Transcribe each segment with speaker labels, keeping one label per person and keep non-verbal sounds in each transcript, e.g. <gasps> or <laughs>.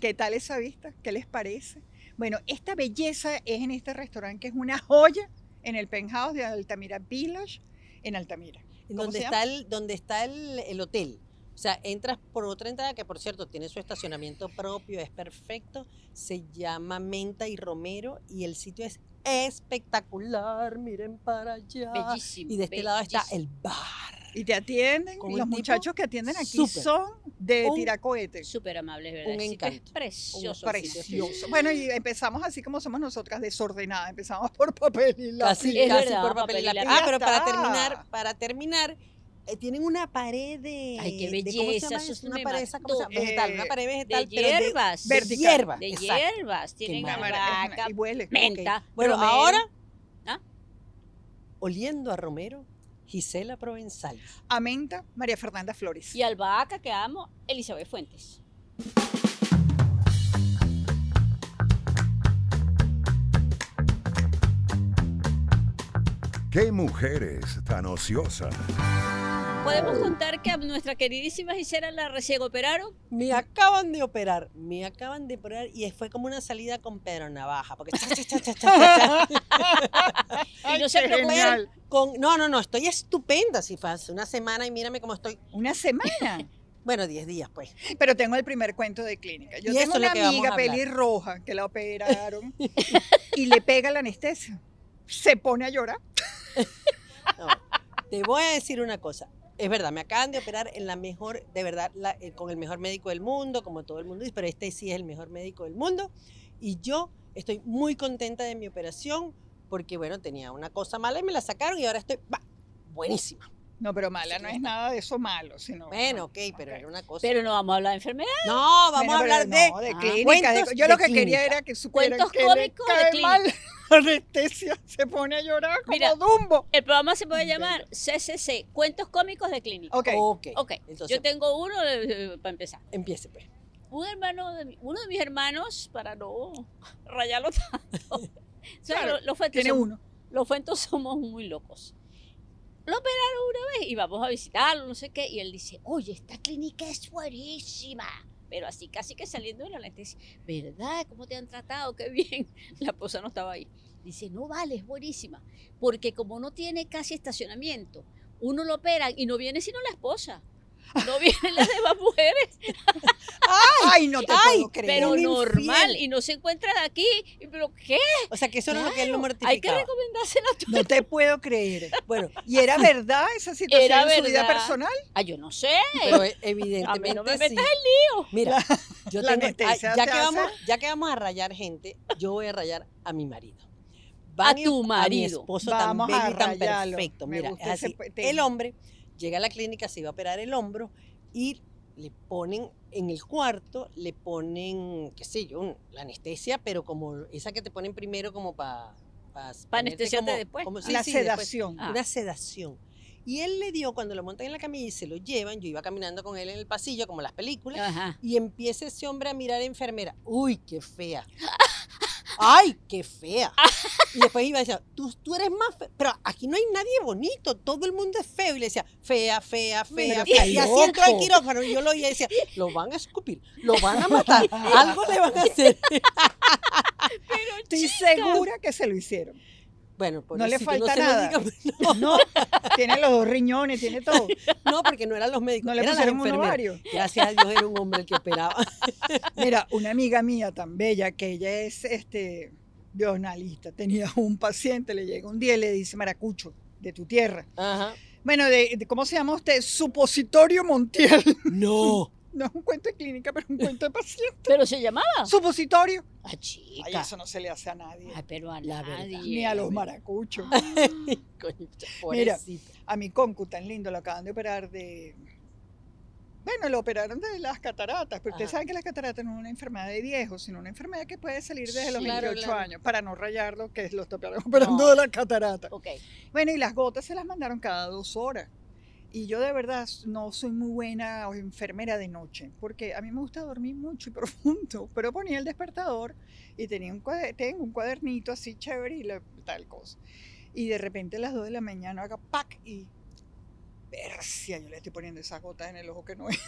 Speaker 1: ¿Qué tal esa vista? ¿Qué les parece? Bueno, esta belleza es en este restaurante que es una joya en el penthouse de Altamira Village, en Altamira. ¿Cómo
Speaker 2: Donde
Speaker 1: se
Speaker 2: está, el, donde está el, el hotel. O sea, entras por otra entrada que, por cierto, tiene su estacionamiento propio, es perfecto. Se llama Menta y Romero y el sitio es espectacular. Miren para allá.
Speaker 3: Bellísimo.
Speaker 2: Y de este lado está
Speaker 3: bellísimo.
Speaker 2: el bar.
Speaker 1: Y te atienden,
Speaker 2: Con
Speaker 1: y
Speaker 2: un
Speaker 1: los
Speaker 2: tipo
Speaker 1: muchachos que atienden aquí
Speaker 2: súper.
Speaker 1: son de
Speaker 2: Un-
Speaker 1: tiracohetes.
Speaker 3: Súper amable, es verdad.
Speaker 2: Un
Speaker 3: El sitio
Speaker 2: encanto.
Speaker 3: Es precioso. el sitio.
Speaker 1: Precioso. Bueno, y empezamos así como somos nosotras, desordenadas. Empezamos por papel y lápiz.
Speaker 2: Casi,
Speaker 3: Es
Speaker 2: casi
Speaker 3: verdad,
Speaker 2: por papel y lápiz.
Speaker 1: lápiz.
Speaker 2: Ah,
Speaker 1: Ya
Speaker 2: pero para
Speaker 1: está.
Speaker 2: terminar, para terminar, eh, tienen una pared de.
Speaker 3: Ay,
Speaker 2: de-
Speaker 3: qué
Speaker 2: ¿Cómo se
Speaker 3: belleza,
Speaker 2: llama
Speaker 3: eso
Speaker 2: eso?
Speaker 3: me
Speaker 2: Una pared esa, ¿cómo se llama?
Speaker 1: mató.
Speaker 2: vegetal,
Speaker 1: Eh,
Speaker 2: una pared
Speaker 3: De
Speaker 2: vegetal, pero de-
Speaker 3: hierbas.
Speaker 2: de,
Speaker 1: vertical.
Speaker 2: hierba.
Speaker 3: de
Speaker 2: exacto.
Speaker 3: hierbas. Tienen
Speaker 1: Una
Speaker 2: maravilla.
Speaker 1: mara- es una-
Speaker 3: albahaca,
Speaker 1: Y huele.
Speaker 2: Ok.
Speaker 3: menta.
Speaker 2: Bueno,
Speaker 3: romero.
Speaker 2: ahora,
Speaker 3: ¿Ah?
Speaker 2: oliendo a Romero, Gisela Provenzal.
Speaker 1: A menta, María Fernanda Flores.
Speaker 2: <laughs>
Speaker 3: Y albahaca que amo, Elizabeth Fuentes.
Speaker 4: ¡Qué mujeres tan ociosas!
Speaker 2: Oh.
Speaker 3: Podemos contar que a nuestra queridísima Gisela la recién operaron.
Speaker 2: Me acaban de operar, me acaban de operar y fue como una salida con Pedro Navaja, porque cha, cha, cha, cha, cha,
Speaker 1: <laughs>
Speaker 2: cha, cha,
Speaker 3: Y no se
Speaker 1: qué
Speaker 3: preocupen.
Speaker 1: genial.
Speaker 2: con no, no, no, estoy estupenda si fue hace una semana y mírame cómo estoy.
Speaker 1: Una semana.
Speaker 2: Bueno, 10 días pues.
Speaker 1: Pero tengo el primer cuento de clínica. Yo
Speaker 2: Y eso
Speaker 1: tengo
Speaker 2: es lo
Speaker 1: una
Speaker 2: que vamos a
Speaker 1: amiga
Speaker 2: hablar.
Speaker 1: pelirroja que la
Speaker 2: <laughs>
Speaker 1: operaron y le pega la anestesia. Se pone a llorar.
Speaker 2: No, te voy a decir una cosa. Es verdad, me acaban de operar en la mejor, de verdad, la- eh, con el mejor médico del mundo, como todo el mundo dice, pero este sí es el mejor médico del mundo. Y yo estoy muy contenta de mi operación porque, bueno, tenía una cosa mala y me la sacaron y ahora estoy bah, buenísima.
Speaker 1: No, pero mala no es nada de eso malo, sino.
Speaker 2: Bueno, ok, pero
Speaker 1: ok.
Speaker 2: era una cosa.
Speaker 3: Pero no vamos a hablar de enfermedad.
Speaker 2: no, vamos
Speaker 1: Bueno,
Speaker 2: a
Speaker 1: pero
Speaker 2: hablar de...
Speaker 1: no,
Speaker 3: ah,
Speaker 1: clínica. de-
Speaker 2: cuentos
Speaker 1: yo lo
Speaker 2: de
Speaker 1: que quería
Speaker 2: clínica.
Speaker 1: era que supieran
Speaker 3: Cuentos
Speaker 1: que le
Speaker 3: cómicos de
Speaker 1: cae
Speaker 3: clínica.
Speaker 1: mal <laughs> la anestesia. Se pone a llorar como
Speaker 3: Mira.
Speaker 1: Dumbo.
Speaker 3: El programa se puede llamar CCC, Cuentos Cómicos de Clínica.
Speaker 1: Ok.
Speaker 2: Ok,
Speaker 3: Ok,
Speaker 2: entonces
Speaker 3: yo tengo uno eh, para empezar.
Speaker 2: empiece pues.
Speaker 3: Un hermano de mi- uno de mis hermanos, para no rayarlo
Speaker 1: <laughs>
Speaker 3: tanto. ¿Sabes?
Speaker 1: Claro,
Speaker 3: Lo- los,
Speaker 2: este
Speaker 3: fuentes
Speaker 1: Tiene
Speaker 3: son-
Speaker 1: uno.
Speaker 3: los fuentes somos muy locos. Lo operaron una vez y vamos a visitarlo, no sé qué. Y él dice, oye, esta clínica es buenísima. Pero así casi que saliendo de la anestesia, ¿verdad? ¿Cómo te han tratado? Qué bien. <laughs> La esposa no estaba ahí. Dice, no vale, es buenísima. Porque como no tiene casi estacionamiento, uno lo operan y no viene sino la esposa. No vienen las demás mujeres
Speaker 1: Ay, no te
Speaker 2: ay,
Speaker 1: puedo creer.
Speaker 3: pero
Speaker 2: un
Speaker 3: normal
Speaker 2: infiel.
Speaker 3: y no se encuentran aquí. Y, ¿Pero qué?
Speaker 2: O sea, que eso no es lo que él lo mortificaba.
Speaker 3: Hay que recomendársela a tu
Speaker 1: No te puedo creer.
Speaker 2: Bueno,
Speaker 1: ¿Y era verdad esa situación
Speaker 3: Era
Speaker 1: en su vida
Speaker 3: verdad.
Speaker 1: personal?
Speaker 3: Ah, yo no sé.
Speaker 2: Pero e- evidentemente.
Speaker 3: A mí no me
Speaker 2: sí.
Speaker 3: metas en
Speaker 2: Mira, yo
Speaker 1: la
Speaker 2: tengo- ay,
Speaker 1: anestesia
Speaker 2: ya,
Speaker 1: te
Speaker 2: que
Speaker 1: hace-
Speaker 2: vamos, ya que vamos a rayar gente, yo voy a rayar a mi marido.
Speaker 3: A
Speaker 2: Van y-
Speaker 3: tu
Speaker 2: mi
Speaker 3: marido.
Speaker 2: esposo
Speaker 1: Vamos
Speaker 2: tan
Speaker 1: a
Speaker 2: bello y tan
Speaker 1: rayarlo.
Speaker 2: perfecto.
Speaker 1: Me
Speaker 2: Mira,
Speaker 1: gusta
Speaker 2: es
Speaker 1: ese
Speaker 2: así.
Speaker 1: pe- tema.
Speaker 2: El hombre llega a la clínica, se iba a operar el hombro y le ponen en el cuarto, le ponen, qué sé yo, un- la anestesia, pero como esa que te ponen primero como para... Para
Speaker 3: anestesiarte después.
Speaker 1: la sedación.
Speaker 3: Ah.
Speaker 2: una sedación. Y él le dio, cuando lo montan en la camilla y se lo llevan, yo iba caminando con él en el pasillo, como las películas,
Speaker 3: Ajá.
Speaker 2: y empieza ese hombre a mirar a enfermera. ¡Uy, qué fea! ¡Ay, qué fea! Y después iba a decir, tú, tú eres más fea. Pero aquí no hay nadie bonito, todo el mundo es feo. Y le decía, fea, fea, fea,
Speaker 1: Pero
Speaker 2: fea.
Speaker 1: qué
Speaker 2: Y así entró al
Speaker 1: loco.
Speaker 2: quirófano. Y yo lo oía y decía, lo van a escupir, lo van a matar, algo le van a hacer.
Speaker 1: Estoy segura que se lo hicieron.
Speaker 2: Bueno,
Speaker 1: No le
Speaker 2: pobrecito,
Speaker 1: falta
Speaker 2: se lo
Speaker 1: nada.
Speaker 2: diga,
Speaker 1: <laughs> No, tiene los dos riñones, tiene todo.
Speaker 2: No, porque no eran los médicos,
Speaker 1: No le
Speaker 2: eran las
Speaker 1: pusieron un
Speaker 2: enfermeras.
Speaker 1: ovario.
Speaker 2: Gracias a Dios era un hombre el que operaba.
Speaker 1: Mira, una amiga mía tan bella que ella es este bioanalista, tenía un paciente, le llega un día y le dice, Maracucho, de tu tierra.
Speaker 2: Ajá.
Speaker 1: Bueno, de, de- ¿cómo se llama usted? Supositorio Montiel. <laughs>
Speaker 2: No.
Speaker 1: No es un cuento de clínica, pero es un cuento de paciente.
Speaker 3: Pero se llamaba.
Speaker 1: Supositorio.
Speaker 3: Ah,
Speaker 1: Ay,
Speaker 3: chica.
Speaker 1: eso no se le hace a nadie.
Speaker 3: Ay, pero a
Speaker 2: La verdad.
Speaker 3: nadie.
Speaker 1: Ni a los maracuchos.
Speaker 2: Coño,
Speaker 1: Mira.
Speaker 2: pobrecita.
Speaker 1: A mi concu tan lindo lo acaban de operar de... Bueno, lo operaron de las cataratas, pero ustedes
Speaker 2: Ajá.
Speaker 1: saben que las cataratas no es una enfermedad de viejos, sino una enfermedad que puede salir desde los
Speaker 2: Sí, claro,
Speaker 1: 28
Speaker 2: claro.
Speaker 1: años, para no rayarlo, que los operaron operando
Speaker 3: No.
Speaker 1: de las cataratas.
Speaker 3: Ok.
Speaker 1: Bueno, y las gotas se las mandaron cada dos horas. Y yo de verdad no soy muy buena enfermera de noche, porque a mí me gusta dormir mucho y <laughs> profundo, pero ponía el despertador y tenía un, cuader- tengo un cuadernito así chévere y la- tal cosa. Y de repente a las 2 de la mañana haga pac y... Persia, yo le estoy poniendo esas gotas en el ojo que no es.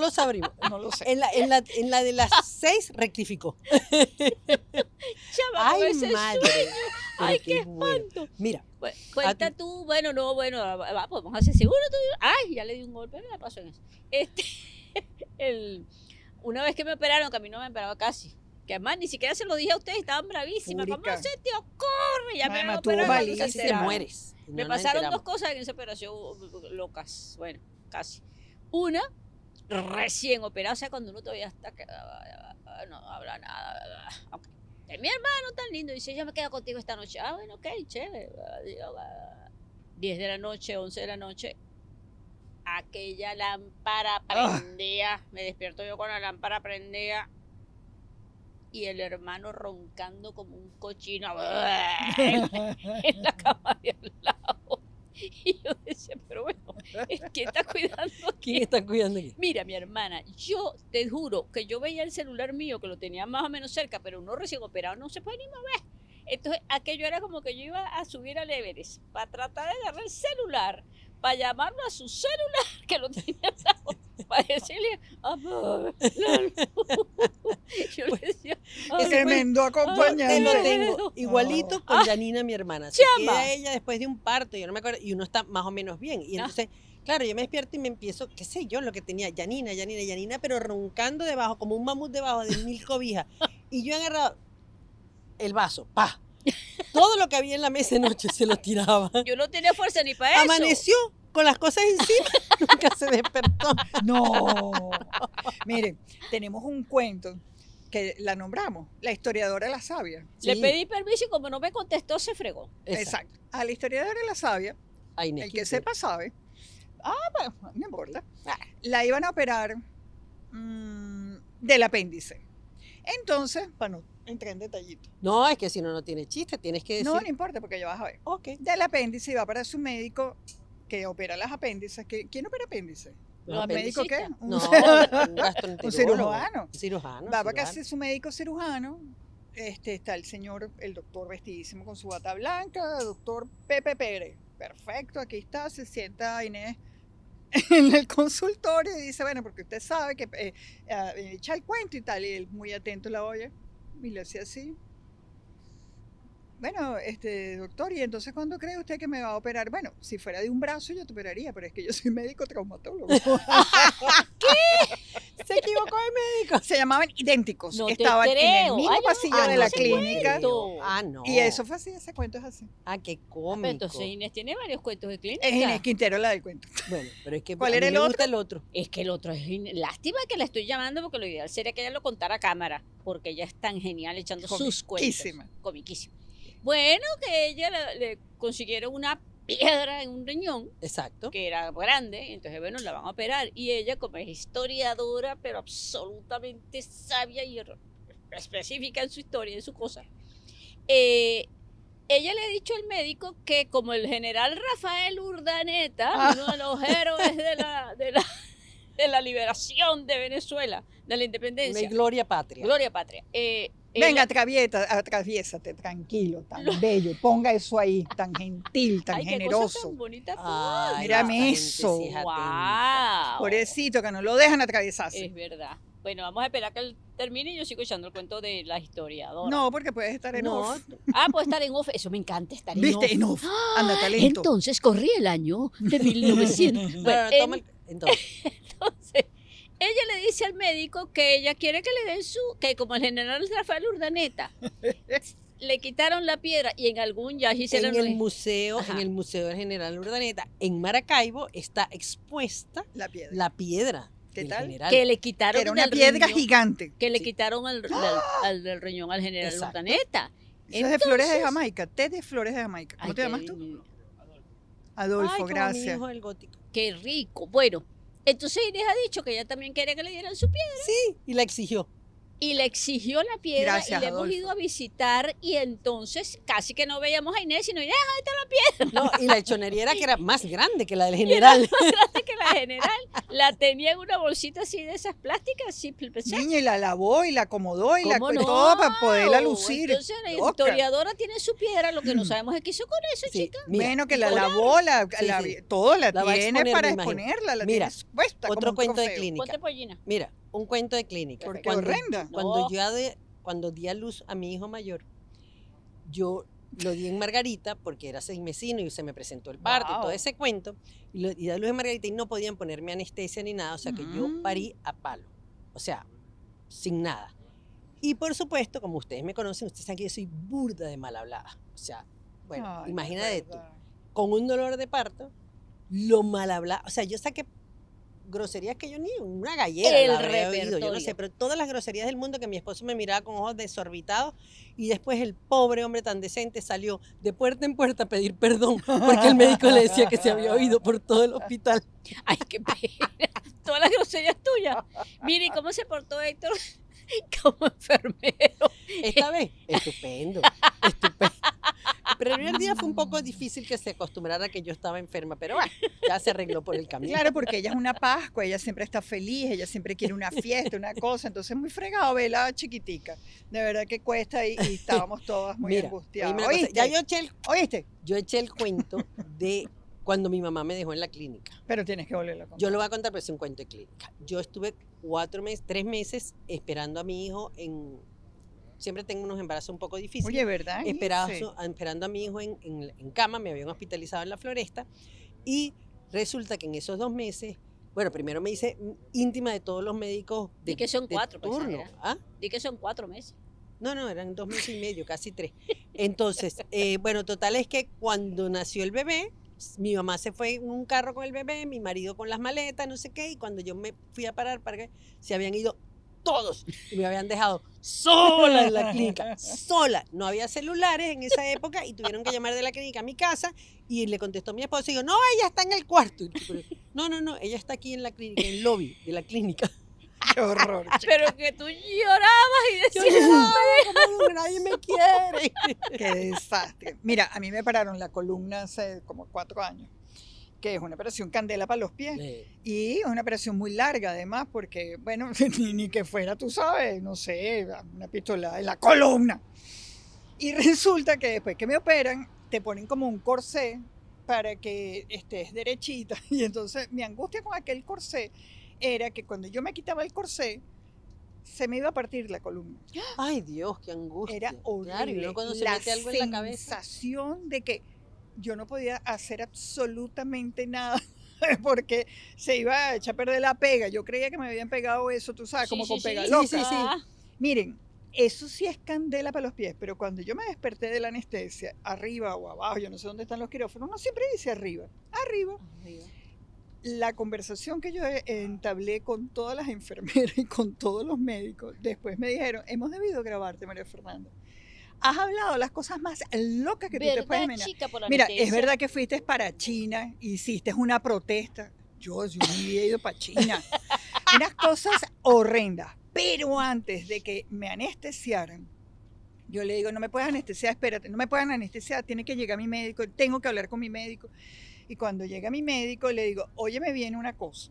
Speaker 2: lo sabremos.
Speaker 1: No lo
Speaker 2: <laughs>
Speaker 1: sé.
Speaker 2: En la, en la- en la de las seis rectificó.
Speaker 3: Chama, con
Speaker 2: Ay,
Speaker 3: ese
Speaker 2: madre.
Speaker 3: sueño.
Speaker 2: Pero
Speaker 3: Ay, qué
Speaker 2: bueno.
Speaker 3: espanto.
Speaker 2: Mira,
Speaker 3: Bueno, cuenta tú, bueno, no, bueno, va, va, podemos hacer seguro. Tú, ay, ya le di un golpe, me la pasó en eso. Este, <laughs> el, una vez que me operaron, que a mí no me operaba casi. Que además ni siquiera se lo dije a ustedes, estaban bravísimas. ¿Cómo
Speaker 1: Fúrica.
Speaker 3: se te ocurre? Ya
Speaker 1: Mamá,
Speaker 3: me
Speaker 1: tú
Speaker 3: operaron.
Speaker 1: valiste.
Speaker 3: no
Speaker 2: casi te
Speaker 1: literal.
Speaker 2: mueres. No
Speaker 3: me
Speaker 2: nos
Speaker 3: pasaron dos
Speaker 2: enteramos.
Speaker 3: cosas en esa operación uh, locas. Bueno, casi. Una, recién operada, o sea, cuando uno todavía está. que- ah, No habla nada. ok. Y Mi hermano tan lindo dice: Yo me quedo contigo esta noche. Ah, bueno, ok, chévere. Adiós. 10 de la noche, 11 de la noche. Aquella lámpara
Speaker 1: Ah.
Speaker 3: prendía. Me despierto yo con la lámpara prendía. Y el hermano roncando como un cochino. <laughs> en la cama de al lado. <laughs> Y yo decía, pero bueno, ¿quién está cuidando? a
Speaker 2: <laughs> ¿Quién
Speaker 3: quién?
Speaker 2: está cuidando aquí?
Speaker 3: Mira, mi hermana, yo te juro que yo veía el celular mío, que lo tenía más o menos cerca, pero uno recién operado no se puede ni mover. Entonces, aquello era como que yo iba a subir al Everest para tratar de agarrar el celular, para llamarlo a su celular, <laughs> que lo tenía al lado, para decirle, amor, la luz". <laughs> Yo le decía, "Ay, bueno,
Speaker 1: Tremendo
Speaker 2: Te
Speaker 1: acompañante.
Speaker 2: lo
Speaker 3: Ay,
Speaker 2: tengo
Speaker 3: bueno.
Speaker 2: igualito con Janina, mi hermana. Se
Speaker 3: Chama.
Speaker 2: queda ella después de un parto, yo no me acuerdo, y uno está más o menos bien. Y
Speaker 3: Ah.
Speaker 2: entonces, claro, yo me despierto y me empiezo, qué sé yo, lo que tenía, Janina, Janina, Janina, pero roncando debajo, como un mamut debajo de mil cobijas. Y yo he agarrado el vaso, pa. Todo lo que había en la mesa de noche se lo tiraba.
Speaker 3: yo no tenía fuerza ni para eso.
Speaker 2: Amaneció con las cosas encima, <laughs> nunca se despertó.
Speaker 1: No. Miren, tenemos un cuento que la nombramos, la historiadora La Sabia.
Speaker 3: Le
Speaker 2: Sí,
Speaker 3: pedí permiso y como no me contestó, se fregó.
Speaker 2: esa.
Speaker 1: Exacto. A la historiadora La Sabia,
Speaker 2: Ay, Inés,
Speaker 1: el que
Speaker 2: qué
Speaker 1: sepa sabe. Ah, bueno, no importa.
Speaker 2: Ah.
Speaker 1: La iban a operar mm, del apéndice. Entonces, bueno, entré en detallito.
Speaker 2: No, es que si no, no tiene chiste, tienes que decir.
Speaker 1: No, eh, no importa porque ya vas a ver.
Speaker 2: Ok.
Speaker 1: Del apéndice y va para su médico que opera las apéndices. que- ¿Quién opera apéndices?
Speaker 3: Los
Speaker 1: ¿Un médico qué?
Speaker 3: apendicitas.
Speaker 1: Un- <laughs>
Speaker 2: No, un gastroenterólogo.
Speaker 1: un cirujano.
Speaker 2: Cirujano.
Speaker 1: Va para
Speaker 2: cirujano.
Speaker 1: casa su médico cirujano. Este, está el señor, el doctor vestidísimo con su bata blanca, doctor Pepe Pérez. Perfecto, aquí está, se sienta Inés <laughs> en el consultorio y dice, bueno, porque usted sabe que eh, ah, eh, echa el cuento y tal, y él muy atento la oye, y le hacía así. Bueno, este doctor, ¿y entonces cuándo cree usted que me va a operar? Bueno, si fuera de un brazo yo te operaría, pero es que yo soy médico
Speaker 3: <laughs>
Speaker 1: traumatólogo.
Speaker 2: Se equivocó el médico.
Speaker 1: Se llamaban idénticos.
Speaker 3: No te
Speaker 1: Estaban en el
Speaker 3: creo.
Speaker 1: mismo
Speaker 3: Ay, yo no-
Speaker 1: pasillo
Speaker 3: ah,
Speaker 1: de
Speaker 3: no
Speaker 1: la
Speaker 3: se
Speaker 1: clínica.
Speaker 3: cuento.
Speaker 2: Ah, no.
Speaker 1: Y eso fue así, ese cuento es así.
Speaker 2: Ah, qué
Speaker 3: Pero
Speaker 2: cómico.
Speaker 3: entonces Inés tiene varios cuentos de clínica.
Speaker 1: Es Inés Quintero la del cuento.
Speaker 2: Bueno, pero es que
Speaker 1: ¿Cuál
Speaker 2: a
Speaker 1: era
Speaker 2: mí
Speaker 1: el
Speaker 2: me
Speaker 1: otro?
Speaker 2: gusta el otro.
Speaker 3: Es que el otro es Inés. Lástima que la estoy llamando porque lo ideal sería que ella lo contara a cámara, porque ella es tan genial echando sus cuentos.
Speaker 1: Comiquísima.
Speaker 3: Comiquísima. Bueno, que ella le, le consiguieron una piedra en un riñón
Speaker 2: Exacto.
Speaker 3: que era grande, entonces bueno, la van a operar. Y ella, como es historiadora, pero absolutamente sabia y er- específica en su historia, en su cosa, eh, ella le ha dicho al médico que como el general Rafael
Speaker 1: Ah.
Speaker 3: Urdaneta, uno de los héroes de la, de la, de la liberación de Venezuela, de la
Speaker 2: Una
Speaker 3: independencia,
Speaker 2: gloria patria.
Speaker 3: gloria patria. eh, ella-
Speaker 1: Venga, atraviesa, atraviésate, tranquilo, tan
Speaker 3: Lo-
Speaker 1: bello. Ponga eso ahí, tan gentil, tan
Speaker 3: ay, qué cosa tan
Speaker 1: generoso. Ah,
Speaker 3: bonita.
Speaker 2: Ay,
Speaker 1: Mírame
Speaker 2: esta gente
Speaker 1: eso.
Speaker 2: sí es atenta.
Speaker 3: ¡Guau!
Speaker 1: Pobrecito, que no lo dejan atravesarse.
Speaker 3: Es verdad. Bueno, vamos a esperar que él termine y yo sigo echando el cuento de la historiadora.
Speaker 1: No, porque puedes estar en
Speaker 2: No,
Speaker 1: off.
Speaker 3: Ah, puedo estar en off. Eso me encanta estar en
Speaker 1: Viste,
Speaker 3: off. ¡Ah!
Speaker 1: en off. Anda, talento.
Speaker 3: Entonces corrí el año
Speaker 1: <laughs>
Speaker 3: de
Speaker 2: bueno,
Speaker 3: 1900. bueno,
Speaker 2: toma el- <laughs> entonces,
Speaker 3: entonces, ella le dice al médico que ella quiere que le den su. que como el general Rafael Urdaneta le quitaron la piedra y en algún ya hicieron.
Speaker 2: en el museo, en
Speaker 3: Ajá.
Speaker 2: el Museo del General Urdaneta, en Maracaibo, está expuesta
Speaker 1: La piedra.
Speaker 2: la piedra.
Speaker 1: ¿Qué
Speaker 2: del
Speaker 1: tal?
Speaker 2: general.
Speaker 3: que le quitaron
Speaker 1: Era una
Speaker 3: del
Speaker 1: piedra
Speaker 3: riñón-
Speaker 1: gigante. ¡Ah!
Speaker 3: Que le
Speaker 2: Sí.
Speaker 3: quitaron al, al- al del riñón al general
Speaker 2: Exacto.
Speaker 3: Urdaneta.
Speaker 1: Eso es de Flores de
Speaker 3: Entonces-
Speaker 1: Jamaica. Té de Flores de Jamaica. ¿Cómo
Speaker 3: Ay,
Speaker 1: te
Speaker 3: qué
Speaker 1: llamas tú?
Speaker 3: divino.
Speaker 1: Adolfo,
Speaker 2: Ay, como mi
Speaker 1: gracias.
Speaker 2: hijo el gótico.
Speaker 3: Qué rico. Bueno, entonces Inés ha dicho que ella también quería que le dieran su piedra
Speaker 2: Sí, y la exigió.
Speaker 3: y le exigió la piedra
Speaker 1: Gracias,
Speaker 3: y le
Speaker 1: Adolfo.
Speaker 3: hemos ido a visitar y entonces casi que no veíamos a Inés, sino Inés,
Speaker 1: <laughs>
Speaker 2: No, y la hechonería era que era más grande que la del general.
Speaker 3: antes que <laughs> la general la tenía en una bolsita así de esas plásticas, así, pesada.
Speaker 1: Niña, y la lavó y la acomodó y la
Speaker 3: ¿Cómo
Speaker 1: y
Speaker 3: no?
Speaker 1: todo para poderla lucir. Mm.
Speaker 3: Entonces la
Speaker 1: Loca.
Speaker 3: historiadora tiene su piedra, lo que no sabemos es qué hizo con eso,
Speaker 2: Sí,
Speaker 3: chica.
Speaker 2: mira,
Speaker 1: bueno, que la
Speaker 2: Hola.
Speaker 1: lavó, la,
Speaker 2: Sí,
Speaker 1: la-
Speaker 2: sí.
Speaker 1: todo la,
Speaker 2: La va a
Speaker 1: tiene
Speaker 2: exponer,
Speaker 1: para
Speaker 2: me imagino.
Speaker 1: exponerla, la
Speaker 2: Mira,
Speaker 1: tiene expuesta como
Speaker 2: Otro
Speaker 1: un
Speaker 2: cuento de
Speaker 1: trofeo.
Speaker 3: Ponte
Speaker 2: clínica.
Speaker 3: pollina.
Speaker 2: Mira, un cuento de clínica.
Speaker 1: Porque
Speaker 2: Cuando-
Speaker 1: horrenda.
Speaker 3: No.
Speaker 2: Cuando yo ade- cuando di a luz a mi hijo mayor, yo lo di en Margarita porque era seismesino y se me presentó el parto y todo
Speaker 3: Guau.
Speaker 2: ese cuento. Y lo di a luz en Margarita y no podían ponerme anestesia ni nada, o sea que
Speaker 1: Ujú.
Speaker 2: yo parí a palo, o sea, sin nada. Y por supuesto, como ustedes me conocen, ustedes saben que yo soy burda de mal hablada. O sea, bueno,
Speaker 1: Ay,
Speaker 2: imagínate tú,
Speaker 1: verdad.
Speaker 2: con un dolor de parto, lo mal hablada. O sea, yo saqué groserías que yo ni una gallera
Speaker 3: El
Speaker 2: la habré oído, yo no
Speaker 3: repertorio.
Speaker 2: sé, pero todas las groserías del mundo que mi esposo me miraba con ojos desorbitados y después el pobre hombre tan decente salió de puerta en puerta a pedir perdón porque el médico le decía que se había oído por todo el hospital.
Speaker 3: Ay, qué pena. <laughs> Todas las groserías tuyas. Mire, ¿y ¿cómo se portó Héctor <laughs> como enfermero?
Speaker 2: Esta vez, estupendo, estupendo. Pero el primer día fue un poco difícil que se acostumbrara a que yo estaba enferma, pero bueno, ya se arregló por el
Speaker 1: <laughs>
Speaker 2: camino.
Speaker 1: Claro, porque ella es una Pascua, ella siempre está feliz, ella siempre quiere una fiesta,
Speaker 2: <laughs>
Speaker 1: una cosa, entonces muy fregado, vela chiquitica. De verdad que cuesta y, y estábamos todas muy
Speaker 2: Mira,
Speaker 1: angustiadas.
Speaker 2: oíme una cosa,
Speaker 1: ¿Oíste?
Speaker 2: ya yo eché el
Speaker 1: ¿Oíste?
Speaker 2: Yo eché el cuento de cuando mi mamá me dejó en la clínica.
Speaker 1: Pero tienes que volverlo a contar.
Speaker 2: Yo lo voy a contar, pero es un cuento de clínica. Yo estuve cuatro meses, tres meses esperando a mi hijo en... Siempre tengo unos embarazos un poco difíciles.
Speaker 1: Oye, ¿verdad?
Speaker 2: Esperaba
Speaker 1: Ilse?
Speaker 2: su- esperando a mi hijo en, en- en cama, me habían hospitalizado en la floresta y resulta que en esos dos meses, bueno, primero me hice íntima de todos los médicos de,
Speaker 3: Y que son
Speaker 2: de
Speaker 3: cuatro, pues,
Speaker 2: turno.
Speaker 3: era.
Speaker 2: ¿ah?
Speaker 3: Di que son cuatro meses.
Speaker 2: No, no, eran dos meses y medio, casi tres. Entonces, eh, bueno, total es que cuando nació el bebé, s- mi mamá se fue en un carro con el bebé, mi marido con las maletas, no sé qué, y cuando yo me fui a parar para que se habían ido todos y me habían dejado sola en la clínica, sola. No había celulares en esa época y tuvieron que llamar de la clínica a mi casa y le contestó mi esposo y yo, no, ella está en el cuarto. Y yo, "Pero- no, no, no, ella está aquí en la clínica, en el lobby de la clínica.
Speaker 1: <laughs> Qué horror.
Speaker 3: Pero que tú llorabas y
Speaker 2: Yo,
Speaker 3: decías,
Speaker 2: "No, nadie me quiere.
Speaker 1: Qué desastre. Mira, a mí me pararon la columna hace como cuatro años, que es una operación candela para los pies. Y es una operación muy larga, además, porque, bueno, <laughs> ni, ni que fuera, tú sabes, no sé, una pistola en la columna. Y resulta que después que me operan, te ponen como un corsé para que estés derechita. <laughs> Y entonces mi angustia con aquel corsé era que cuando yo me quitaba el corsé, se me iba a partir la columna.
Speaker 2: Ay, Dios, qué angustia.
Speaker 1: Era horrible.
Speaker 2: Claro, y uno cuando se
Speaker 1: la
Speaker 2: mete algo en la cabeza.
Speaker 1: sensación de que yo no podía hacer absolutamente nada <laughs> porque se iba a echar a perder la pega. Yo creía que me habían pegado eso, tú sabes,
Speaker 3: Sí,
Speaker 1: como
Speaker 3: sí,
Speaker 1: con
Speaker 3: sí.
Speaker 1: pega
Speaker 3: Sí,
Speaker 1: loca.
Speaker 2: sí, sí.
Speaker 3: Ah,
Speaker 1: Miren, eso sí es candela para los pies, pero cuando yo me desperté de la anestesia, arriba o abajo, yo no sé dónde están los quirófanos, uno siempre dice arriba, arriba. La conversación que yo eh, entablé con todas las enfermeras <laughs> y con todos los médicos, después me dijeron, hemos debido grabarte, María Fernanda. Has hablado las cosas más locas que tú te puedes
Speaker 3: ¿Verdad,
Speaker 1: imaginar.
Speaker 3: chica, por la
Speaker 1: Mira, es
Speaker 3: anestesia?
Speaker 1: verdad que fuiste para China, hiciste una protesta. Yo, yo no había ido para
Speaker 2: <laughs>
Speaker 1: China. Unas cosas horrendas. Pero antes de que me anestesiaran, yo le digo, no me puedes anestesiar, espérate, no me pueden anestesiar, tiene que llegar mi médico, tengo que hablar con mi médico. Y cuando llega mi médico, le digo, oye, me viene una cosa.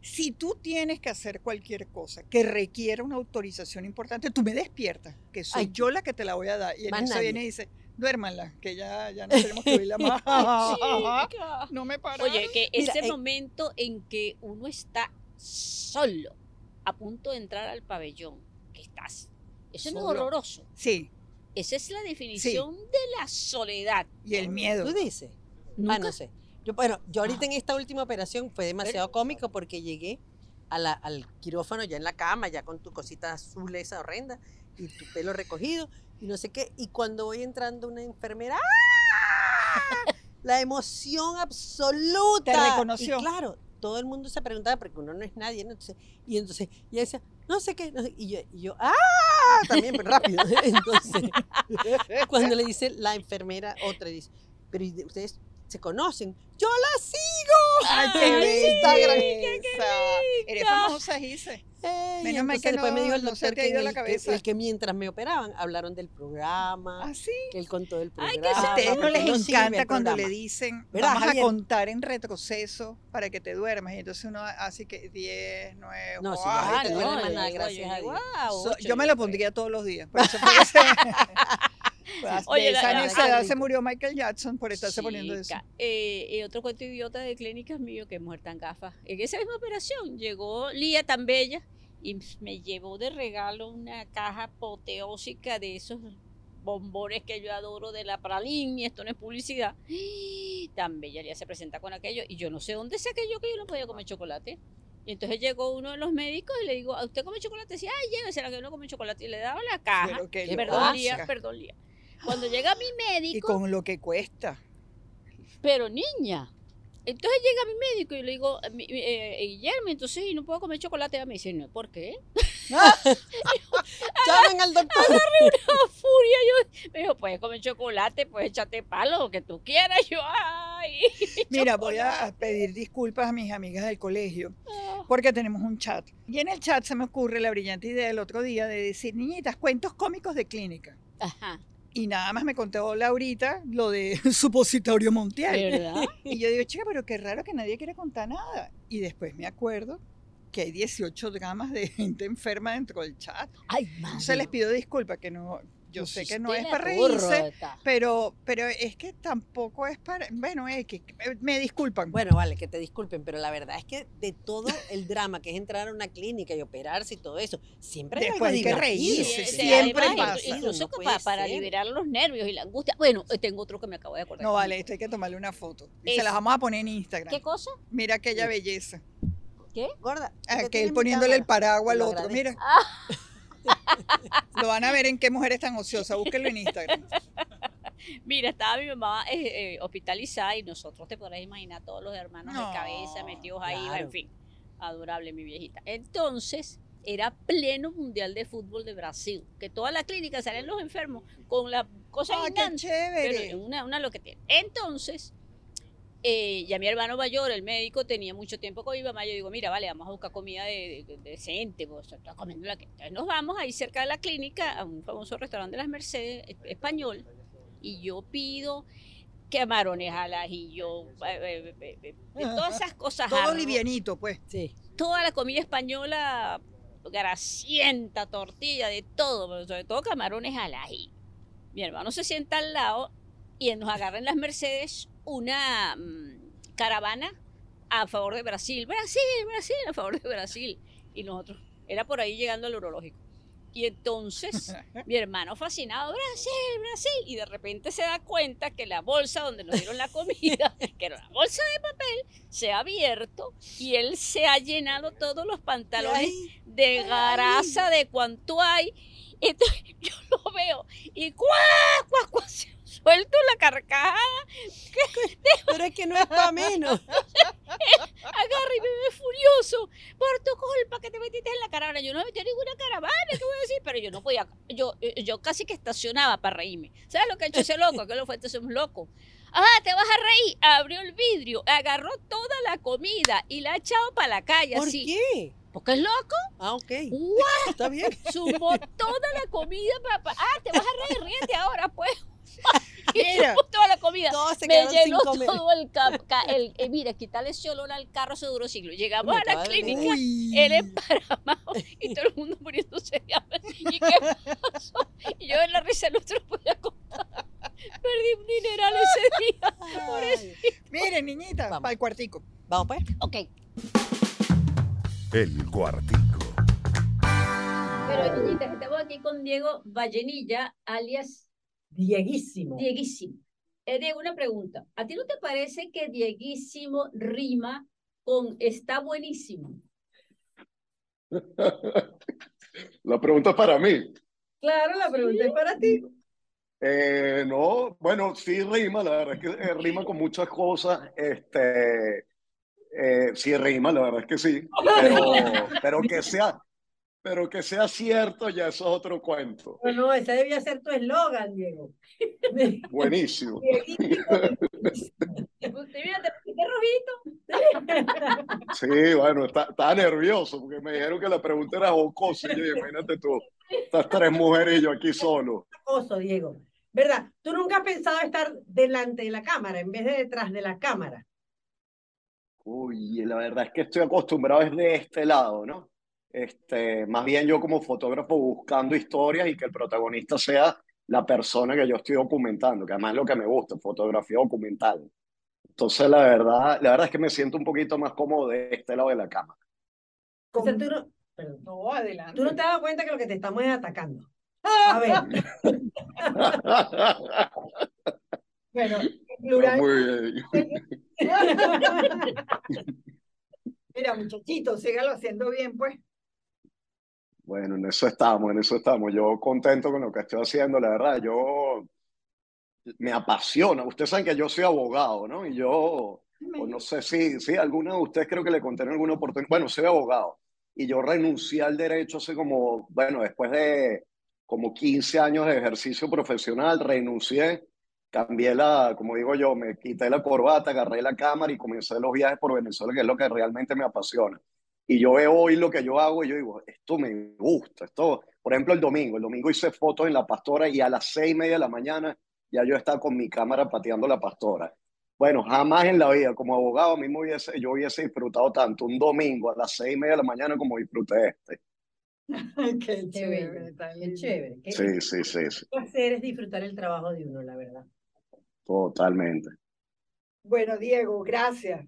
Speaker 1: Si tú tienes que hacer cualquier cosa que requiera una autorización importante, tú me despiertas, que soy
Speaker 2: Ay.
Speaker 1: yo la que te la voy a dar. Y en
Speaker 2: Más
Speaker 1: eso
Speaker 2: nadie.
Speaker 1: viene y dice, duérmanla, que ya, ya no tenemos que oírla más.
Speaker 3: Chica.
Speaker 1: no me pararon.
Speaker 3: Oye, que
Speaker 2: Mira,
Speaker 3: ese
Speaker 2: eh.
Speaker 3: momento en que uno está solo, a punto de entrar al pabellón, que estás. Eso no
Speaker 1: Solo.
Speaker 3: es horroroso.
Speaker 1: Sí,
Speaker 3: Esa es la definición de la soledad.
Speaker 1: y el miedo.
Speaker 2: ¿Tú dices?
Speaker 3: Nunca
Speaker 2: Ah, no sé. Yo, bueno, yo ahorita
Speaker 1: Ah.
Speaker 2: en esta última operación fue demasiado cómico porque llegué a la- al quirófano ya en la cama, ya con tu cosita azul esa horrenda y tu pelo recogido y no sé qué. Y cuando voy entrando una enfermera, ¡ah! la emoción absoluta.
Speaker 1: Te reconoció.
Speaker 2: Y claro, todo el mundo se preguntaba porque uno no es nadie. ¿no? Entonces, y entonces, y ella decía, no sé qué. no sé- y, yo, y yo, ¡ah! También, pero rápido. <laughs> Entonces, <laughs>
Speaker 1: <laughs>
Speaker 2: cuando le dice la enfermera, otra dice, pero ¿y de- ustedes se conocen. ¡Yo la sigo!
Speaker 1: ¡Ay, qué belleza! Eres famosa, Gise.
Speaker 2: Eh, y
Speaker 1: Menos mal
Speaker 2: entonces
Speaker 1: que
Speaker 2: después me
Speaker 1: no-
Speaker 2: dijo el
Speaker 1: no se
Speaker 2: doctor
Speaker 1: te ha
Speaker 2: que, en
Speaker 1: ido la
Speaker 2: el, que-
Speaker 1: cabeza.
Speaker 2: el que mientras me operaban hablaron del programa,
Speaker 1: Así.
Speaker 2: que él contó del
Speaker 3: Ay, qué
Speaker 2: programa.
Speaker 1: ¿A ustedes no
Speaker 2: porque
Speaker 1: les
Speaker 2: no sirve el
Speaker 1: encanta cuando le
Speaker 2: programa.
Speaker 1: dicen,
Speaker 2: ¿Verdad,
Speaker 1: vamos
Speaker 2: Javier?
Speaker 1: a contar en retroceso para que te duermas? Y entonces uno hace que 10, 9,
Speaker 2: No, sí,
Speaker 1: ¡guau!
Speaker 2: ya,
Speaker 3: Ah,
Speaker 2: Ay,
Speaker 3: no,
Speaker 2: bueno,
Speaker 3: yo
Speaker 2: hermana,
Speaker 3: digo,
Speaker 2: gracias
Speaker 3: yo
Speaker 2: a
Speaker 3: digo,
Speaker 2: Dios.
Speaker 3: ah,
Speaker 1: So-
Speaker 3: ocho,
Speaker 1: yo me lo
Speaker 3: digo,
Speaker 1: pondría todos los días. Por eso fue ese- Pues,
Speaker 3: Oye,
Speaker 1: de
Speaker 3: la-
Speaker 1: esa
Speaker 3: la-
Speaker 1: necedad
Speaker 2: la-
Speaker 1: se murió Michael Jackson por estarse poniendo eso.
Speaker 3: Chica, eh, eh, otro cuento idiota de clínicas mío que es mujer tan gafa. En esa misma operación llegó Lía tan bella y me llevó de regalo una caja apoteósica de esos bombones que yo adoro de la Pralín y esto no es publicidad. <gasps> Tan bella Lía se presenta con aquello y yo no sé dónde saqué yo que yo no podía comer chocolate. Y entonces llegó uno de los médicos y le digo, ¿a usted come chocolate? Y decía, ay, llévesela que yo no come chocolate. Y le daba la caja.
Speaker 1: Pero qué
Speaker 3: Perdón, Lía,
Speaker 1: loca.
Speaker 3: perdón, Lía. Cuando llega mi
Speaker 1: <gasps>
Speaker 3: médico...
Speaker 1: Y con lo que cuesta.
Speaker 3: Pero niña, entonces llega mi médico y le digo, mi- mi- eh, Guillermo, entonces ¿y no puedo comer chocolate. Ella me dice, no, ¿por qué?
Speaker 2: <laughs> Llamen al doctor.
Speaker 3: <laughs> Con furia, yo, me dijo, puedes comer chocolate, pues échate palo, lo que tú quieras. Yo, ay.
Speaker 1: Mira, voy a pedir disculpas a mis amigas del colegio porque tenemos un chat. Y en el chat se me ocurre la brillante idea del otro día de decir, niñitas, cuentos cómicos de clínica.
Speaker 3: <laughs> Ajá,
Speaker 1: Y nada más me contó Laurita lo de <laughs> supositorio Montiel.
Speaker 3: ¿verdad?
Speaker 1: Y yo digo, chica, pero qué raro que nadie quiera contar nada. Y después me acuerdo que hay 18 dramas de gente enferma dentro del chat.
Speaker 3: Ay, madre.
Speaker 1: Entonces les pido disculpas, que no, yo sé que no
Speaker 3: Pusiste
Speaker 1: es para
Speaker 3: la
Speaker 1: reírse,
Speaker 3: gorrota.
Speaker 1: pero, pero es que tampoco es para, bueno, es que me disculpan.
Speaker 2: Bueno, vale, que te disculpen, pero la verdad es que de todo el drama que es entrar a una clínica y operarse y todo eso, siempre hay
Speaker 1: Después
Speaker 2: algo
Speaker 1: hay que
Speaker 2: divertido.
Speaker 1: reírse,
Speaker 3: eh,
Speaker 2: Sí,
Speaker 1: siempre
Speaker 2: además,
Speaker 1: pasa.
Speaker 2: incluso
Speaker 3: Incluso
Speaker 2: no puede
Speaker 3: para, para
Speaker 2: ser.
Speaker 3: liberar los nervios y la angustia. Bueno, eh, tengo otro que me acabo de acordar.
Speaker 1: no vale, esto hay que tomarle una foto. Y se
Speaker 3: Eso.
Speaker 1: las vamos a poner en
Speaker 3: ¿Qué
Speaker 1: Instagram.
Speaker 3: cosa?
Speaker 1: Mira aquella belleza.
Speaker 2: Gorda, usted tiene
Speaker 1: Aquel
Speaker 2: mi
Speaker 1: poniéndole el
Speaker 2: cámara.
Speaker 1: paraguas al
Speaker 2: Lo
Speaker 1: otro.
Speaker 2: agradezco.
Speaker 1: Mira. Lo van a ver en qué mujeres tan ociosas. Búsquenlo en Instagram.
Speaker 3: Mira, estaba mi mamá eh, eh, hospitalizada y nosotros te podrás imaginar todos los hermanos
Speaker 1: No,
Speaker 3: de cabeza metidos ahí,
Speaker 2: claro.
Speaker 3: en fin, adorable mi viejita. Entonces era pleno mundial de fútbol de Brasil, que toda la clínica salen los enfermos con la cosa
Speaker 1: ¡Ah, qué
Speaker 3: guindante, pero
Speaker 1: chévere!
Speaker 3: una, una lo que tiene. Entonces, eh, ya mi hermano mayor, el médico, tenía mucho tiempo con mi mamá. Yo digo, mira, vale, vamos a buscar comida de, de- decente, pues, está comiendo la que. Entonces nos vamos ahí cerca de la clínica, a un famoso restaurante de las Mercedes, es- español, y yo pido camarones al ajillo, eh, eh, eh, eh, de todas esas cosas.
Speaker 1: Todo
Speaker 3: arroz,
Speaker 1: livianito, pues.
Speaker 2: Sí.
Speaker 3: toda la comida española, grasienta, tortilla, de todo, pero sobre todo camarones al ají. Mi hermano se sienta al lado y nos agarra en las Mercedes una mm, caravana a favor de Brasil. Brasil, Brasil, a favor de Brasil. Y nosotros, era por ahí llegando al urológico. Y entonces mi hermano fascinado, Brasil, Brasil, y de repente se da cuenta que la bolsa donde nos dieron la comida, que era una bolsa de papel, se ha abierto y él se ha llenado todos los pantalones
Speaker 2: Ay,
Speaker 3: de grasa de cuanto hay. Entonces <laughs> yo lo veo y cuá, cuá, cuá, se- suelto la carcajada,
Speaker 2: Pero es que no es para menos.
Speaker 3: <laughs> agarra y me ve furioso por tu culpa que te metiste en la caravana. Yo no me metí en ninguna caravana, ¿qué voy a decir? Pero yo no podía, yo, eh, yo casi que estacionaba para reírme. ¿Sabes lo que ha
Speaker 2: <laughs>
Speaker 3: hecho ese loco? Que lo fue, entonces un loco. Ah, te vas a reír. Abrió el vidrio, agarró toda la comida y la ha echado para la calle
Speaker 2: ¿Por
Speaker 3: así.
Speaker 2: qué?
Speaker 3: Porque es loco.
Speaker 2: Ah, ok.
Speaker 3: ¡Guau!
Speaker 2: Está
Speaker 3: <laughs>
Speaker 2: bien.
Speaker 3: Sumó toda la comida papá. Ah, te vas a reír, ríete ahora, pues.
Speaker 2: <laughs>
Speaker 3: Y
Speaker 1: Mira.
Speaker 3: sumó toda la comida.
Speaker 2: Todos se
Speaker 3: Me
Speaker 2: quedaron sin
Speaker 3: llenó
Speaker 2: comer.
Speaker 3: todo el, ca- ca- el, eh, Mira, quitarle ese olor al carro, eso duró siglos. Llegamos
Speaker 2: Me
Speaker 3: a la
Speaker 2: acaba de
Speaker 3: clínica,
Speaker 2: acá,
Speaker 1: Uy.
Speaker 3: él emparamado y todo el mundo poniéndose de hambre. ¿Y qué pasó? Y yo en la risa no se lo podía contar. Perdí un dineral ese día.
Speaker 2: Ay.
Speaker 1: Miren, niñita,
Speaker 2: Vamos.
Speaker 1: para el cuartico.
Speaker 2: Vamos pues.
Speaker 3: Ok,
Speaker 4: El cuartico.
Speaker 3: pero niñitas, estamos aquí con Diego Vallenilla, alias
Speaker 2: Dieguísimo.
Speaker 3: Dieguísimo. Eh, Diego, una pregunta. ¿A ti no te parece que Dieguísimo rima con
Speaker 5: <laughs>
Speaker 3: está buenísimo?
Speaker 6: <laughs> La pregunta es para mí.
Speaker 5: Claro, la pregunta es para ti.
Speaker 6: Eh, no, bueno, sí rima, la verdad es que eh, rima con muchas cosas. Este, eh, sí rima, la verdad es que sí. Pero, pero que sea, pero que sea cierto ya eso es otro cuento.
Speaker 5: No, no, ese debía ser tu eslogan, Diego.
Speaker 6: Buenísimo.
Speaker 5: Dieguísimo.
Speaker 3: Pues, Usted mira, te pusiste rojito.
Speaker 6: Sí, bueno, está- estaba nervioso porque me dijeron que la pregunta era jocosa. Y yo, imagínate tú, estas tres mujeres y yo aquí solo.
Speaker 5: Oso, Diego. ¿Verdad? ¿Tú nunca has pensado estar delante de la cámara en vez de detrás de la cámara?
Speaker 6: Uy, la verdad es que estoy acostumbrado desde este lado, ¿no? Este, más bien yo como fotógrafo buscando historias y que el protagonista sea la persona que yo estoy documentando, que además es lo que me gusta, fotografía documental. Entonces, la verdad, la verdad es que me siento un poquito más cómodo de este lado de la cama.
Speaker 5: O sea, tú no, perdón,
Speaker 1: No, adelante.
Speaker 5: tú no te has dado cuenta que lo que te estamos es
Speaker 2: <laughs>
Speaker 5: atacando. A ver,
Speaker 1: Bueno, en
Speaker 6: Pero
Speaker 1: plural.
Speaker 6: muy bien.
Speaker 1: Mira, muchachito, sígalo haciendo bien, pues.
Speaker 6: Bueno, en eso estamos, en eso estamos. Yo contento con lo que estoy haciendo, la verdad, yo me apasiona. Ustedes saben que yo soy abogado, ¿no? Y yo... o no sé si, si alguna de ustedes creo que le conté en alguna oportunidad, bueno, soy abogado y yo renuncié al derecho hace como, bueno, después de como 15 años de ejercicio profesional, renuncié, cambié la, como digo yo, me quité la corbata, agarré la cámara y comencé los viajes por Venezuela, que es lo que realmente me apasiona. Y yo veo hoy lo que yo hago y yo digo, esto me gusta, esto, por ejemplo, el domingo, el domingo hice fotos en La Pastora y a las seis y media de la mañana ya yo estaba con mi cámara pateando La Pastora. Bueno, jamás en la vida, como abogado, mismo hubiese, yo hubiese disfrutado tanto un domingo a las seis y media de la mañana como disfruté este.
Speaker 1: Qué
Speaker 5: qué
Speaker 1: chévere,
Speaker 5: bello,
Speaker 1: tan
Speaker 5: qué
Speaker 1: lindo.
Speaker 5: chévere. Qué
Speaker 6: Sí, sí, sí, sí,
Speaker 5: placer es disfrutar el trabajo de uno, la verdad.
Speaker 6: totalmente.
Speaker 1: Bueno, Diego, gracias.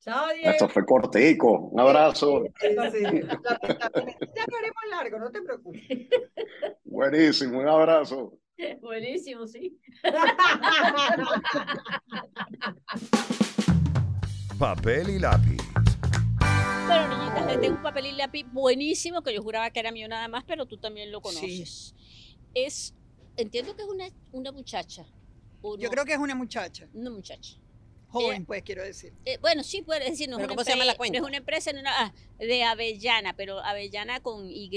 Speaker 5: Chao,
Speaker 6: Esto
Speaker 5: Diego.
Speaker 6: fue cortico. Un abrazo.
Speaker 1: Sí, sí, lamentablemente. Ya lo haremos largo, no te preocupes.
Speaker 6: Buenísimo, un abrazo.
Speaker 3: <laughs> Buenísimo, sí.
Speaker 4: Papel y lápiz.
Speaker 3: Bueno, niñitas, les tengo un papel y lápiz buenísimo que yo juraba que era mío nada más, pero tú también lo conoces. Es, entiendo que es una, una muchacha. o
Speaker 1: <laughs> Yo
Speaker 3: no,
Speaker 1: creo que es una muchacha,
Speaker 3: Una muchacha.
Speaker 1: joven, pues quiero decir.
Speaker 3: Eh, bueno, sí, puede es decir, no es,
Speaker 2: ¿Pero
Speaker 3: una
Speaker 2: cómo se llama la
Speaker 3: empre-
Speaker 2: cuenta?
Speaker 3: no es una empresa no es una- ah, de Avellana, pero Avellana con Y,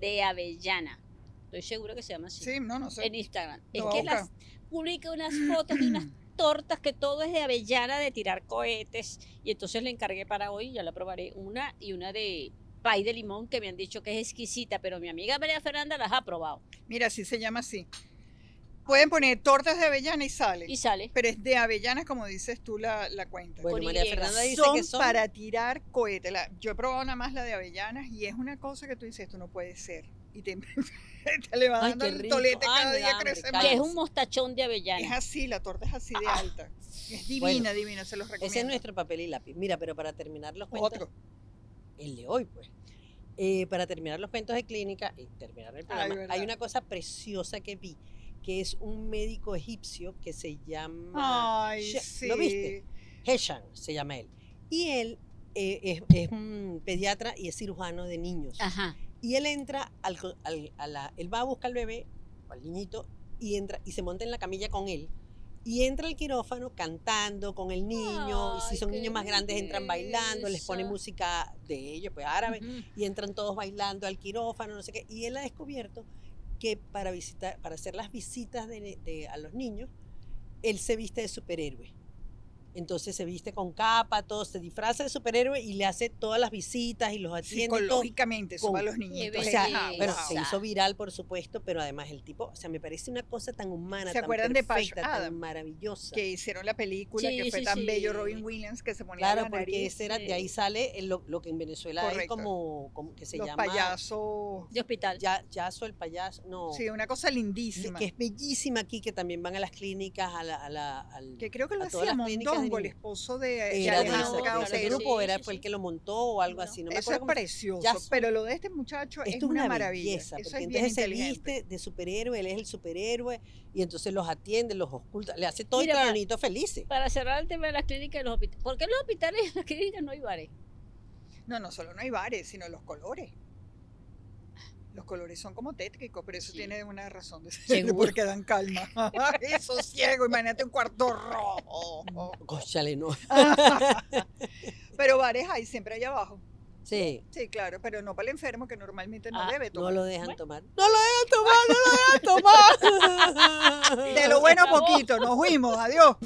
Speaker 3: de Avellana. Estoy seguro que se llama así.
Speaker 1: Sí, no, no sé.
Speaker 3: En Instagram. Es
Speaker 1: voy a
Speaker 3: que
Speaker 1: buscar.
Speaker 3: las, publica unas fotos
Speaker 1: <clears throat>
Speaker 3: de unas tortas que todo es de avellana, de tirar cohetes. Y entonces le encargué para hoy, ya la probaré, una y una de pay de limón que me han dicho que es exquisita, pero mi amiga María Fernanda las ha probado.
Speaker 1: Mira, sí se llama así. Pueden poner tortas de avellana y sale.
Speaker 3: Y sale.
Speaker 1: Pero es de avellana, como dices tú, la, la cuenta.
Speaker 2: Bueno,
Speaker 3: Con
Speaker 2: María
Speaker 3: Y.
Speaker 2: Fernanda dice
Speaker 1: son,
Speaker 2: que son
Speaker 1: para tirar cohetes. La- yo he probado nada más la de avellanas y es una cosa que tú dices, esto no puede ser. Y te, <laughs> te le va
Speaker 2: Ay,
Speaker 1: dando
Speaker 2: qué
Speaker 1: el
Speaker 2: rico.
Speaker 1: tolete
Speaker 2: Ay,
Speaker 1: cada
Speaker 2: me da
Speaker 1: día
Speaker 2: hambre,
Speaker 1: crece
Speaker 2: qué
Speaker 1: más.
Speaker 3: Que es un mostachón de
Speaker 1: Es
Speaker 3: avellana.
Speaker 1: así, la torta es así de alta. Es divina,
Speaker 2: Ah. Bueno,
Speaker 1: divina, se los recomiendo.
Speaker 2: Ese es nuestro papel y lápiz. Mira, pero para terminar los cuentos,
Speaker 1: Otro.
Speaker 2: el de hoy, pues. Eh, para terminar los cuentos de clínica y terminar el programa,
Speaker 1: verdad.
Speaker 2: hay una cosa preciosa que vi, que es un médico egipcio que se
Speaker 3: Ah.
Speaker 2: llama.
Speaker 1: Ay,
Speaker 2: She-
Speaker 1: sí.
Speaker 2: ¿Lo viste? Heshan se llama él. Y él eh, es, es un pediatra y es cirujano de niños.
Speaker 3: Ajá.
Speaker 2: Y él entra al, co- al- a la, él va a buscar al bebé, o al niñito, y entra, y se monta en la camilla con él. Y entra al quirófano cantando con el niño, y si
Speaker 3: Ay,
Speaker 2: son
Speaker 3: qué
Speaker 2: niños más grandes entran bailando, les ponen
Speaker 3: belleza.
Speaker 2: música de ellos, pues árabe,
Speaker 3: Ujú.
Speaker 2: y entran todos bailando al quirófano, no sé qué. Y él ha descubierto que para visitar, para hacer las visitas de- de- a los niños, él se viste de superhéroe. Entonces se viste con capa, todo, se disfraza de superhéroe y le hace todas las visitas y los atiende. y todo.
Speaker 1: Psicológicamente, eso
Speaker 2: con-
Speaker 1: va a los niñitos.
Speaker 2: O
Speaker 1: es
Speaker 2: sea,
Speaker 1: agua.
Speaker 2: bueno,
Speaker 3: Wow.
Speaker 2: se hizo viral, por supuesto, pero además el tipo, o sea, me parece una cosa tan humana,
Speaker 1: ¿Se
Speaker 2: tan
Speaker 1: acuerdan de Patch
Speaker 2: perfecta, tan
Speaker 1: Adams?
Speaker 2: maravillosa.
Speaker 1: que hicieron la película,
Speaker 3: Sí,
Speaker 1: que fue
Speaker 3: sí,
Speaker 1: tan
Speaker 3: sí.
Speaker 1: bello Robin Williams que se ponía
Speaker 2: claro,
Speaker 1: la
Speaker 2: porque
Speaker 1: nariz,
Speaker 2: ese era, de ahí
Speaker 3: sí.
Speaker 2: sale el- lo, lo que en Venezuela hay
Speaker 1: Correcto.
Speaker 2: como, como que se
Speaker 1: los
Speaker 2: llama
Speaker 1: payasos,
Speaker 3: De hospital.
Speaker 2: ya- yazo, el payaso, no,
Speaker 1: sí, una cosa
Speaker 2: li-
Speaker 1: lindísima.
Speaker 2: que
Speaker 1: Que,
Speaker 2: es bellísima aquí, que también van a las clínicas, a la, a la- al...
Speaker 1: creo que lo
Speaker 2: a todas
Speaker 1: hacía
Speaker 2: las clínicas de
Speaker 1: Mondongo, el
Speaker 2: niños.
Speaker 1: esposo de, de
Speaker 2: era de
Speaker 3: Alejandro
Speaker 2: ese,
Speaker 1: Alejandra
Speaker 2: de
Speaker 3: Gaos,
Speaker 2: ese
Speaker 1: Gautero.
Speaker 3: seguro.
Speaker 2: grupo,
Speaker 3: Sí,
Speaker 2: era
Speaker 3: sí,
Speaker 2: fue el
Speaker 3: sí.
Speaker 2: que lo montó o algo
Speaker 3: Bueno,
Speaker 2: así, no
Speaker 1: Eso
Speaker 2: me
Speaker 1: es
Speaker 2: acuerdo cómo se-
Speaker 1: precioso,
Speaker 2: Yazo.
Speaker 1: pero lo de este muchacho es,
Speaker 2: Esto
Speaker 1: una, maravilla.
Speaker 2: belleza,
Speaker 1: Eso
Speaker 2: porque
Speaker 1: es bien
Speaker 2: entonces se
Speaker 1: inteligente.
Speaker 2: viste de superhéroe, él es el superhéroe, y entonces los atiende, los oculta, le hace todo
Speaker 3: Mira,
Speaker 2: y
Speaker 3: para-
Speaker 2: caronitos felices.
Speaker 3: Para cerrar el tema de las clínicas y los hospitales. ¿Por qué en los hospitales y en las clínicas no hay bares?
Speaker 1: No, no solo no hay bares, sino los colores. Los colores son como tétricos, pero eso
Speaker 3: Sí.
Speaker 1: tiene una razón de ser, <laughs>
Speaker 3: Seguro.
Speaker 1: porque dan calma. <laughs> Eso ciego, imagínate un cuarto
Speaker 3: <laughs>
Speaker 1: rojo.
Speaker 2: Cóchale, no.
Speaker 1: Pero bares hay, siempre hay abajo.
Speaker 2: Sí.
Speaker 1: Sí, claro, pero no para el enfermo que normalmente no
Speaker 3: Ah,
Speaker 1: debe
Speaker 2: No
Speaker 1: tomar.
Speaker 2: lo dejan
Speaker 3: Bueno.
Speaker 2: tomar. No lo dejan tomar, no lo dejan tomar.
Speaker 1: De lo bueno <laughs>
Speaker 3: Se acabó.
Speaker 1: poquito, nos fuimos, adiós.